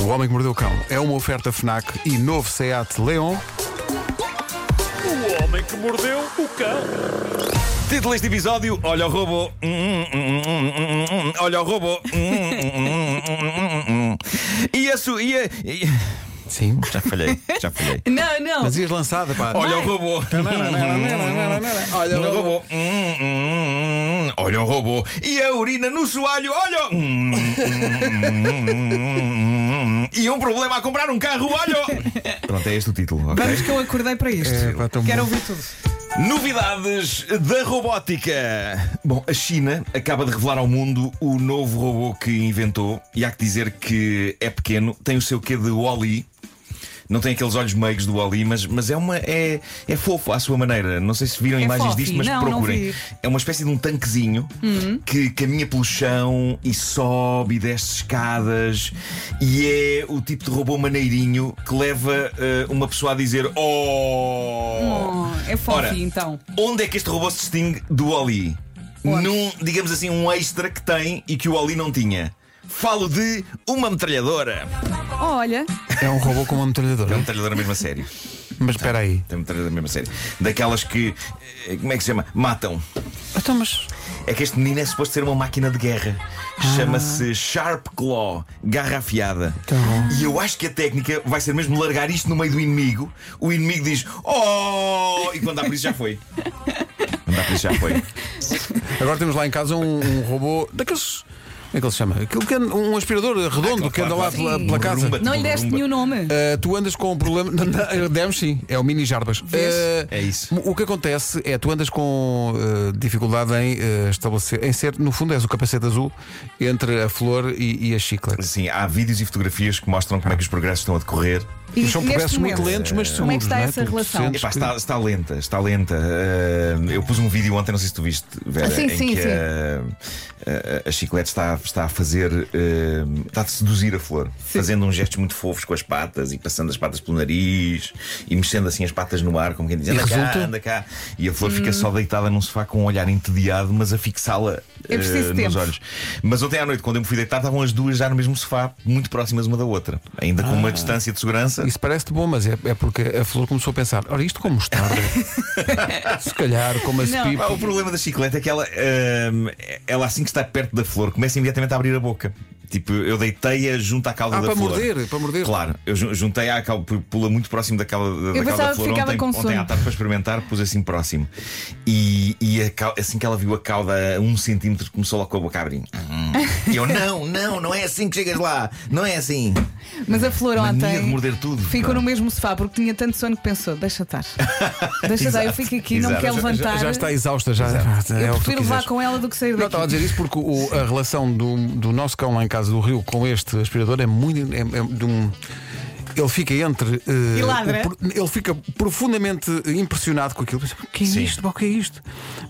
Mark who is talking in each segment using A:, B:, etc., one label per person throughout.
A: O Homem que Mordeu o Cão é uma oferta FNAC e novo SEAT Leon.
B: O homem que mordeu o cão.
C: Título deste episódio: Olha o robô. Hum, Olha o robô. Hum, E a sua. E a... e-
A: Sim.
C: Já falhei, já falhei.
D: Não, não.
A: Mas ias lançada, pá.
C: um Olha o robô.
A: Tá Olha,
C: Olha o robô. Hum, Olha o robô. E a urina no soalho. Olha. Hum, o- hum, E um problema a comprar um carro. Olha. o- Pronto, é este o título. ok?
D: Vamos que eu acordei para isto.
A: É, pá, tão
D: Quero
A: bom.
D: ouvir tudo.
C: Novidades da robótica. Bom, a China acaba de revelar ao mundo o novo robô que inventou e há que dizer que é pequeno, tem o seu quê de Wally. Não tem aqueles olhos meigos do Wally, mas, mas é uma é, é fofo à sua maneira. Não sei se viram
D: É
C: imagens
D: fofi.
C: disto, mas
D: Não, não
C: procurem.
D: vi. Hum.
C: É uma espécie de um tanquezinho que caminha pelo chão e sobe e desce escadas. E é o tipo de robô maneirinho que leva eh, uma pessoa a dizer Oh!
D: Oh, é
C: Ora,
D: fofinho então.
C: Onde é que este robô se distingue do Oli?
D: Onde?
C: Num, digamos assim, um extra que tem e que o Oli não tinha. Falo de uma metralhadora.
D: Olha,
A: É um robô com uma
C: É uma
A: metralhadora.
C: metralhadora mesmo a sério.
A: Mas espera aí.
C: Tem uma metralhadora mesmo a sério. Daquelas que. eh, Como é que se chama? Matam.
A: Então, mas.
C: É que este menino é suposto ser uma máquina de guerra. Chama-se Sharp Claw, garra afiada. E eu acho que a técnica vai ser mesmo largar isto no meio do inimigo. O inimigo diz Oh! E quando dá por isso já foi. Quando dá por isso já foi.
A: Agora temos lá em casa um, um robô daqueles. Como é que ele se chama? Aquilo que anda- um aspirador redondo
C: Ah, claro,
A: que anda lá
C: claro,
A: pela,
C: claro.
A: pela casa.
C: Rumba.
D: não lhe deste
C: Rumba.
D: nenhum nome.
A: Ah, tu andas com um problema. Não, não, Demos sim, é o mini jarbas. Ah,
C: É isso.
A: O que acontece é tu andas com ah, dificuldade em ah, estabelecer, em ser, no fundo, és o capacete azul entre a flor e, e a chicla.
C: Sim, há vídeos e fotografias que mostram como é que os progressos estão a decorrer.
D: E
A: Mas são
D: neste
A: progressos muito
D: momento,
A: lentos, mas seguros.
D: como é que está
A: não
D: essa
A: Tu- tu
D: relação?
A: sentes
C: Epá,
A: que-
C: está, está lenta, está lenta. Ah, eu pus um vídeo ontem, não sei se tu viste, Vera,
D: Ah, sim,
C: em
D: sim,
C: que A, a- a chiclete está, está a fazer, ah, está a seduzir a flor, fazendo uns gestos muito fofos com as patas e passando as patas pelo nariz e mexendo assim as patas no ar, como quem diz, anda cá,
A: resulta?
C: anda cá. E a flor fica
D: Hum.
C: só deitada num sofá com um olhar entediado, mas a fixá-la
D: É preciso
C: ah, nos
D: tempo.
C: olhos. Mas ontem à noite, quando eu me fui deitar, estavam as duas já no mesmo sofá, muito próximas uma da outra, ainda com
D: Ah.
C: uma distância de segurança.
A: Isso parece-te bom, mas é, é porque a flor começou a pensar: ora, isto como mostarda. Se calhar, como a
D: Não.
C: Pá,
A: pipa.
C: o problema da chiclete é que ela, hum, ela, assim que está perto da flor, começa imediatamente a abrir a boca. Tipo, eu deitei-a junto à cauda
A: Ah,
C: da
A: para
C: flor.
A: morder, para morder.
C: Claro, eu ju- juntei a pula muito próximo da cauda da, da, cauda
D: pensava
C: da
D: que
C: flor
D: ficava
C: ontem,
D: com
C: ontem
D: sono.
C: à tarde para experimentar, pus assim próximo. E, e a cau- assim que ela viu a cauda a um centímetro, começou logo com a boca a abrir. Hum. E eu, não, não, não é assim que chegas lá, não é assim.
D: Mas a Flor
C: Mania
D: ontem
C: de morder tudo,
D: ficou
C: pá.
D: no mesmo sofá porque tinha tanto sono que pensou: deixa estar. Deixa estar, eu fico aqui, não
C: exato.
D: quero
C: Já- já-
D: levantar.
A: Já, já está exausta, já. já- é o
D: Eu
A: que tu
D: prefiro levar
A: quiseres.
D: com ela do que sair
A: Não,
D: daqui.
A: estava a dizer isso porque o- a relação do, do nosso cão lá em casa do Rio com este aspirador é muito. É, é de um- ele fica entre. eh,
D: E ladra.
A: o pro- ele fica profundamente impressionado com aquilo. Pensa, O que é
C: Sim.
A: isto? pá, O que é isto?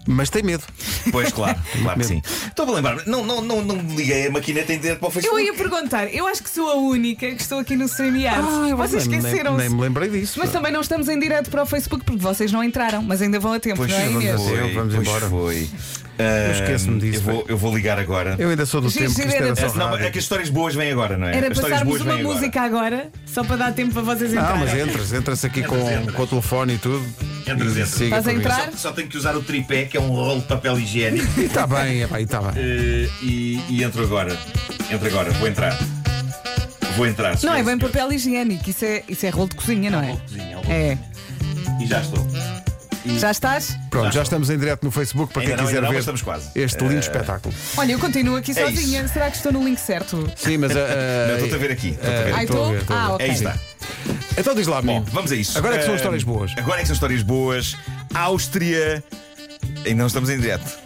A: Mas tem medo.
C: Pois, claro, claro que sim. Estou a lembrar, não, não, não, não liguei a maquineta inteira para o
D: Eu
C: Facebook.
D: ia perguntar, eu acho que sou a única que estou aqui no StreamYard.
A: Ah, eu
D: Ah, Vocês
A: nem- nem,
D: esqueceram-se.
A: me lembrei disso.
D: Mas
A: pá.
D: também não estamos em direto para o Facebook porque vocês não entraram, mas ainda vão a tempo,
C: Pois
D: não é,
C: foi,
D: Inês?
A: Deus. Eu, vamos
C: pois
A: embora.
C: foi. Ah,
A: esqueço-me disso,
C: Eu vou, eu vou ligar agora.
A: Eu ainda sou do
D: Giro,
A: tempo que
D: giro,
A: isto era
D: era-
A: só
C: É, não,
A: rádio.
C: é que as histórias boas vêm agora, não é?
D: Era
C: as histórias
D: passarmos
C: boas
D: uma
C: vêm
D: música agora, só para dar tempo para vocês
A: Ah,
D: entrarem.
A: mas entras, entras aqui com,
C: entras.
A: com o telefone e tudo.
C: agora. Entras, entras.
A: Siga
D: Estás a
A: por isso.
D: entrar?
C: Só, só tenho que usar o tripé, que é um rolo de papel higiênico.
A: E está bem, é pá, e está bem.
C: Eh, e, e entro agora. Entro agora, vou entrar. Vou entrar.
D: Não, é bem
C: senhoras
D: papel higiênico, isso é, isso é rolo de cozinha, não
C: e
D: é?
C: senhores. Tá Cozinha,
D: É.
C: E já estou. E-
D: Já estás?
A: Pronto, já estamos em direto no Facebook para quem
C: Ainda não,
A: quiser
C: ainda não,
A: ver
C: mas estamos quase. Eh,
A: este lindo espetáculo.
D: Olha, eu continuo aqui
C: É
D: sozinha. Será que estou no link certo?
A: Sim, mas a. a-
C: Não, estou-te a ver aqui. estou-te a
A: Eh,
C: ver É aqui.
D: Ai,
A: estou a
D: estou?
A: ver, estou a ver.
D: Ah, ok.
C: Aí está.
A: Então diz lá,
C: Bom,
A: menino.
C: vamos a isso.
A: Agora é que são
C: Ah,
A: histórias boas.
C: Agora é que são histórias boas. Áustria. Ainda não estamos em direto.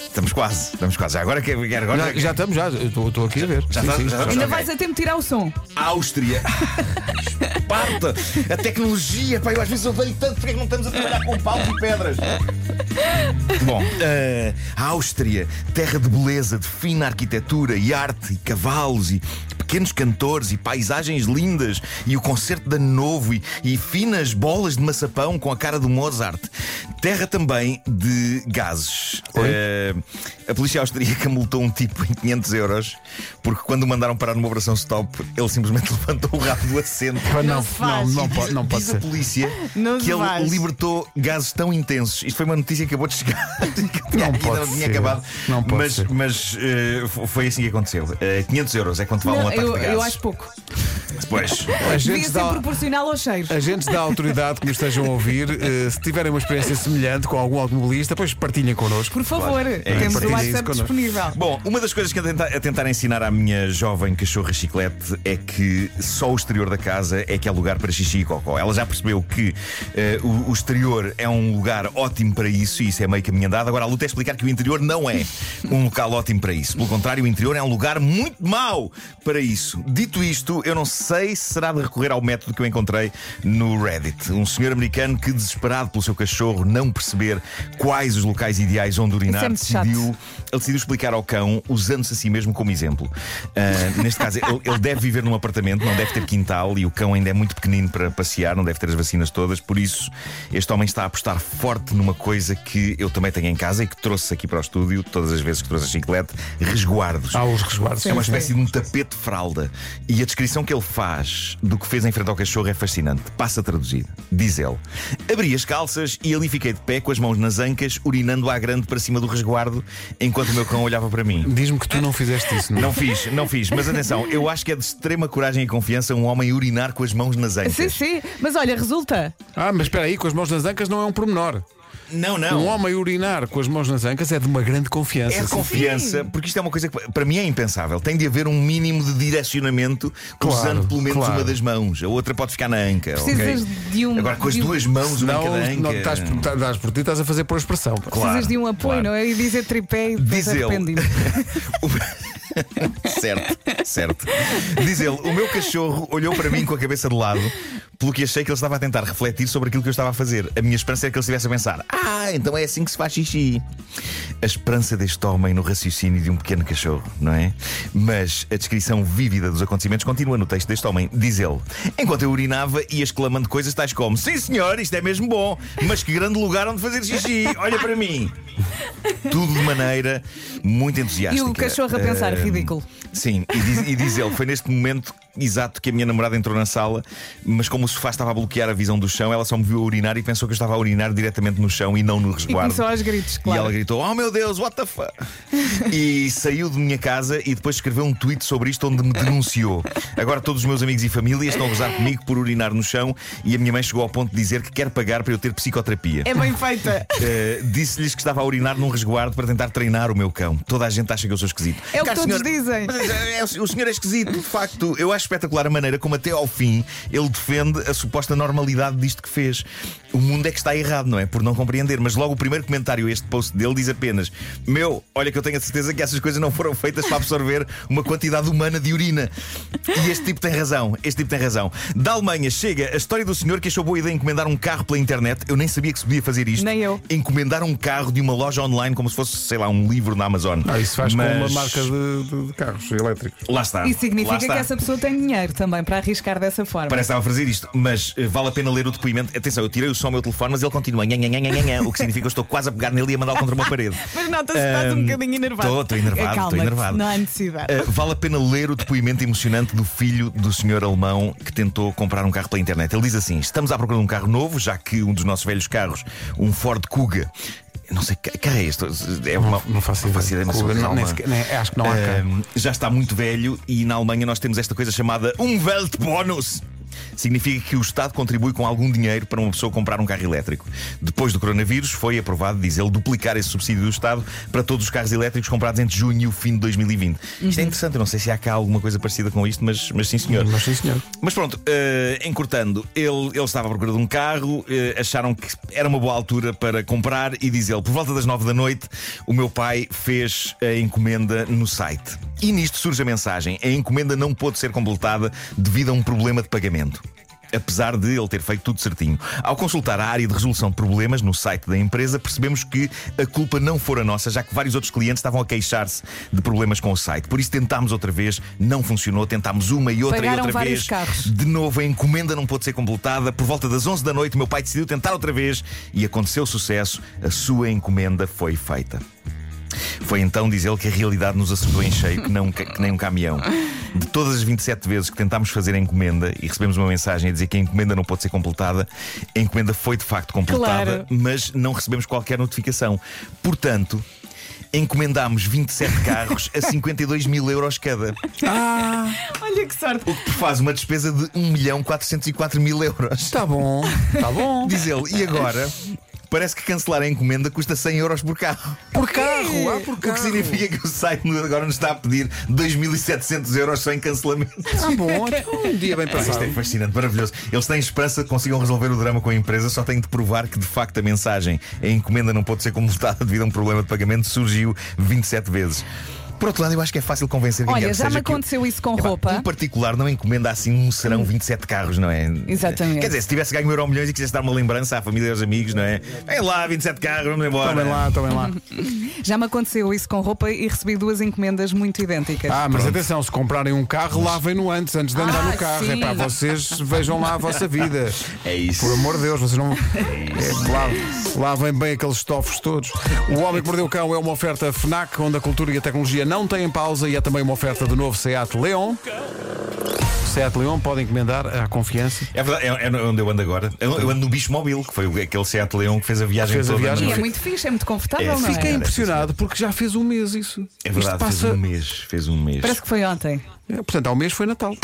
C: Estamos quase. Estamos quase. Já Agora que agora
A: Já, já estamos, já. eu Estou estou aqui a ver.
C: Já
A: Sim,
C: está-
A: sim.
C: já tá. está-
D: Ainda
C: Ok.
D: vais a tempo de tirar o som.
C: Áustria. Esparta. A tecnologia. Pá, eu às vezes odeio tanto porque é que não estamos a trabalhar com paus e pedras. Bom, eh, a Áustria, terra de beleza, de fina arquitetura e arte e cavalos e pequenos cantores e paisagens lindas e o concerto da Novo e, e finas bolas de maçapão com a cara do Mozart. Terra também de gases. Eh, a polícia austríaca multou um tipo em 500 euros porque quando o mandaram parar numa operação stop, ele simplesmente levantou o rabo do assento.
A: Pá, não,
D: Não se
A: não,
D: faz.
A: não, pode, não pode
C: Diz a
A: ser.
C: polícia
D: Não se
C: que ele
D: faz.
C: libertou gases tão intensos. Isto foi uma notícia que acabou de chegar. Que
A: Não
C: ainda
A: pode
C: não tinha
A: ser.
C: acabado.
A: Não pode
C: mas
A: ser.
C: mas, eh, fo- foi assim que aconteceu. Eh, 500 euros é quanto vale um
D: Não,
C: ataque
D: eu,
C: de gases.
D: eu acho pouco.
C: Depois.
D: Devia
A: Agentes
D: ser
A: da,
D: proporcional ao cheiro.
C: É,
A: agentes da autoridade que nos estejam a ouvir, eh, se tiverem uma experiência semelhante com algum automobilista, depois partilhem connosco.
D: Por favor,
C: É
A: partilha
D: temos o
A: isso
D: WhatsApp
A: connosco.
D: disponível.
C: Bom, uma das coisas que eu tenta- a tentar ensinar à minha jovem cachorra chiclete é que só o exterior da casa é que é lugar para xixi e cocó. Ela já percebeu que eh, o, o exterior é um lugar ótimo para isso e isso é meio caminho andado. Agora a luta é explicar que o interior não é um local ótimo para isso. Pelo contrário, o interior é um lugar muito mau para isso. Dito isto, eu não sei se será de recorrer ao método que eu encontrei no Reddit. Um senhor americano que, desesperado pelo seu cachorro não perceber quais os locais ideais onde urinar,
D: Isso é muito chato.
C: decidiu ele decidiu explicar ao cão usando-se a si mesmo como exemplo. Ah, neste caso, ele, ele deve viver num apartamento, não deve ter quintal e o cão ainda é muito pequenino para passear, não deve ter as vacinas todas. Por isso, este homem está a apostar forte numa coisa que eu também tenho em casa e que trouxe aqui para o estúdio, todas as vezes que trouxe a chiclete, resguardos.
A: Há os resguardos.
C: É uma espécie de um tapete de fralda. E a descrição que ele faz do que fez em frente ao cachorro é fascinante. Passa traduzido. Diz ele: Abri as calças e ali fiquei de pé com as mãos nas ancas, urinando à grande para cima do resguardo, enquanto o meu cão olhava para mim.
A: Diz-me que tu não fizeste isso, não?
C: Não fiz, não fiz. Mas atenção, eu acho que é de extrema coragem e confiança um homem urinar com as mãos nas ancas.
D: Sim, sim. Mas olha, resulta.
A: Ah, mas espera aí, com as mãos nas ancas não é um pormenor.
C: Não, não.
A: Um homem urinar com as mãos nas ancas é de uma grande confiança.
C: É confiança, porque isto é uma coisa que para mim é impensável. Tem de haver um mínimo de direcionamento
A: Claro,
C: usando pelo menos
A: claro.
C: uma das mãos. A outra pode ficar na anca. ok?
D: Precisas de um-
C: Agora com as
D: de um-
C: duas mãos, uma em
A: Não,
C: cada anca.
A: não estás, por- tá- dás por ti, estás a fazer por expressão.
D: Precisas de um apoio,
C: claro.
D: não é? E dizer tripé e depois
C: Diz ele.
D: arrependi-me.
C: O- certo, certo. Diz ele: o meu cachorro olhou para mim com a cabeça de lado, pelo que achei que ele estava a tentar refletir sobre aquilo que eu estava a fazer. A minha esperança era que ele estivesse a pensar: ah, então é assim que se faz xixi. A esperança deste homem no raciocínio de um pequeno cachorro, não é? Mas a descrição vívida dos acontecimentos continua no texto deste homem. Diz ele: enquanto eu urinava, ia exclamando coisas tais como: sim, senhor, isto é mesmo bom, mas que grande lugar onde fazer xixi, olha para mim. Tudo de maneira muito entusiástica.
D: E o cachorro a pensar,
C: Ah,
D: ridículo.
C: Sim, e diz, e diz ele: foi neste momento exato que a minha namorada entrou na sala, mas como o sofá estava a bloquear a visão do chão, ela só me viu a urinar e pensou que eu estava a urinar diretamente no chão e não no
D: E
C: resguardo.
D: começou aos gritos,
C: E ela
D: claro.
C: gritou: Oh meu Deus, what the fuck? E saiu de minha casa e depois escreveu um tweet sobre isto onde me denunciou. Agora todos os meus amigos e família estão a gozar comigo por urinar no chão e a minha mãe chegou ao ponto de dizer que quer pagar para eu ter psicoterapia.
D: É bem feita.
C: Eh, Disse-lhes que estava a urinar num resguardo para tentar treinar o meu cão. Toda a gente acha que eu sou esquisito.
D: É o que
C: Caro
D: todos
C: senhor,
D: dizem.
C: mas é- é- o senhor é esquisito, de facto. Eu acho espetacular a maneira como, até ao fim, ele defende a suposta normalidade disto que fez. O mundo é que está errado, não é? Por não compreender. Mas logo o primeiro comentário a este post dele diz apenas: Meu, olha que eu tenho a certeza que essas coisas não foram feitas para absorver uma quantidade humana de urina. E este tipo tem razão. Este tipo tem razão. Da Alemanha chega a história do senhor que achou boa ideia encomendar um carro pela internet. Eu nem sabia que se podia fazer isto.
D: Nem eu.
C: Encomendar um carro de uma loja online como se fosse, sei lá, um livro na Amazon.
A: Ah, isso faz
C: Mas-
A: com uma marca de, de- de carros elétricos.
C: Lá está.
D: E
C: Lá
D: significa que
C: está.
D: essa pessoa tem dinheiro também para arriscar dessa forma.
C: Parece que estava a fazer isto, mas eh, vale a pena ler o depoimento. Atenção, eu tirei o som ao meu telefone, mas ele continua. Nhan, nhan, nhan, nhan, nhan, o que significa que eu estou quase a pegar nele e a mandá-lo contra uma parede.
D: Mas nota-se que estás um
C: Ahm,
D: bocadinho enervado.
C: estou, estou enervado, estou
D: Acalma-te,
C: enervado.
D: Não há necessidade.
C: Eh, vale a pena ler o depoimento emocionante do filho do senhor alemão que tentou comprar um carro pela internet. Ele diz assim: Estamos à procura de um carro novo, já que um dos nossos velhos carros, um Ford Kuga. eu Não sei que carro é este. É uma,
A: Não faço ideia.
C: mas
A: Kuga,
C: é
A: não-
C: uma-
A: nem sequer- nem- acho que não há cá.
C: Ahm, Ehm, já está muito velho e na Alemanha nós temos esta coisa chamada Umweltbonus. Significa que o Estado contribui com algum dinheiro para uma pessoa comprar um carro elétrico. Depois do coronavírus, foi aprovado, diz ele, duplicar esse subsídio do Estado para todos os carros elétricos comprados entre junho e o fim de 2020. Isto é interessante, eu não sei se há cá alguma coisa parecida com isto, mas, mas sim, senhor.
A: Uhum. Mas sim, senhor.
C: Mas pronto, eh, encurtando, ele, ele estava à procura de um carro, eh, acharam que era uma boa altura para comprar e diz ele: por volta das nove da noite, o meu pai fez a encomenda no site. E nisto surge a mensagem: a encomenda não pôde ser completada devido a um problema de pagamento. apesar de ele ter feito tudo certinho. Ao consultar a área de resolução de problemas no site da empresa, percebemos que a culpa não fora nossa, já que vários outros clientes estavam a queixar-se de problemas com o site. Por isso tentámos outra vez, não funcionou, tentámos uma e outra
D: Pagaram
C: e outra vez.
D: vários carros.
C: De novo, a encomenda não pôde ser completada. Por volta das 11 da noite, meu pai decidiu tentar outra vez e aconteceu o sucesso. A sua encomenda foi feita. Foi então, diz ele, que a realidade nos acertou em cheio, que, não- que nem um caminhão. De todas as 27 vezes que tentámos fazer a encomenda e recebemos uma mensagem a dizer que a encomenda não pode ser completada, a encomenda foi de facto completada,
D: Claro.
C: mas não recebemos qualquer notificação. Portanto. Encomendámos 27 carros a 52 mil euros cada,
D: Olha que sorte.
C: o que faz uma despesa de 1 milhão 404 mil euros.
A: Está Tá bom, está bom.
C: Diz ele, e agora? Parece que cancelar a encomenda custa 100 euros por carro.
A: Por carro, ah, por
C: O
A: carro.
C: que significa que o site agora nos está a pedir 2.700 euros só em cancelamento.
A: Ah, bom, então, um dia bem
C: Isto
A: passado.
C: é fascinante, maravilhoso. Eles têm esperança que consigam resolver o drama com a empresa, só têm de provar que de facto a mensagem, a encomenda não pode ser completada devido a um problema de pagamento, surgiu 27 vezes. Por outro lado, eu acho que é fácil convencer quem
D: Olha,
C: quer que
D: já me
C: seja que-
D: aconteceu isso com
C: Epá,
D: roupa.
C: Um particular não encomenda assim um serão 27 carros, não é?
D: Exatamente.
C: Quer dizer, se tivesse ganho um euro milhões e quisesse dar uma lembrança à família e aos amigos, não é? Vem lá, 27 carros, vamos embora.
A: Tomem lá, tomem lá.
D: Já me aconteceu isso com roupa e recebi duas encomendas muito idênticas.
A: Ah, mas atenção, se comprarem um carro, lavem-no antes, antes de andar
D: Ah,
A: no carro.
D: sim.
A: É para vocês vejam lá a vossa vida.
C: É isso.
A: Por amor de Deus, vocês não. É, lave- lavem bem aqueles estofos todos. O Homem que Mordeu o Cão é uma oferta FNAC, onde a cultura e a tecnologia não têm pausa e é também uma oferta do novo SEAT Leon. SEAT Leon podem encomendar à confiança.
C: É verdade, é, é onde eu ando agora. Eu, eu ando no bicho móvel, que foi o- aquele Seat Leão que fez a viagem
A: Fez a
C: toda.
A: viagem.
D: e
C: não
D: é
C: é?
D: muito fixe, é muito confortável,
C: É,
D: não é?
C: fica
A: Fiquei
C: em-
A: impressionado porque já fez um mês isso.
C: É verdade,
A: Isto passa.
C: fez um mês. Fez um mês.
D: Parece que foi ontem.
A: É, Portanto, há um mês foi Natal.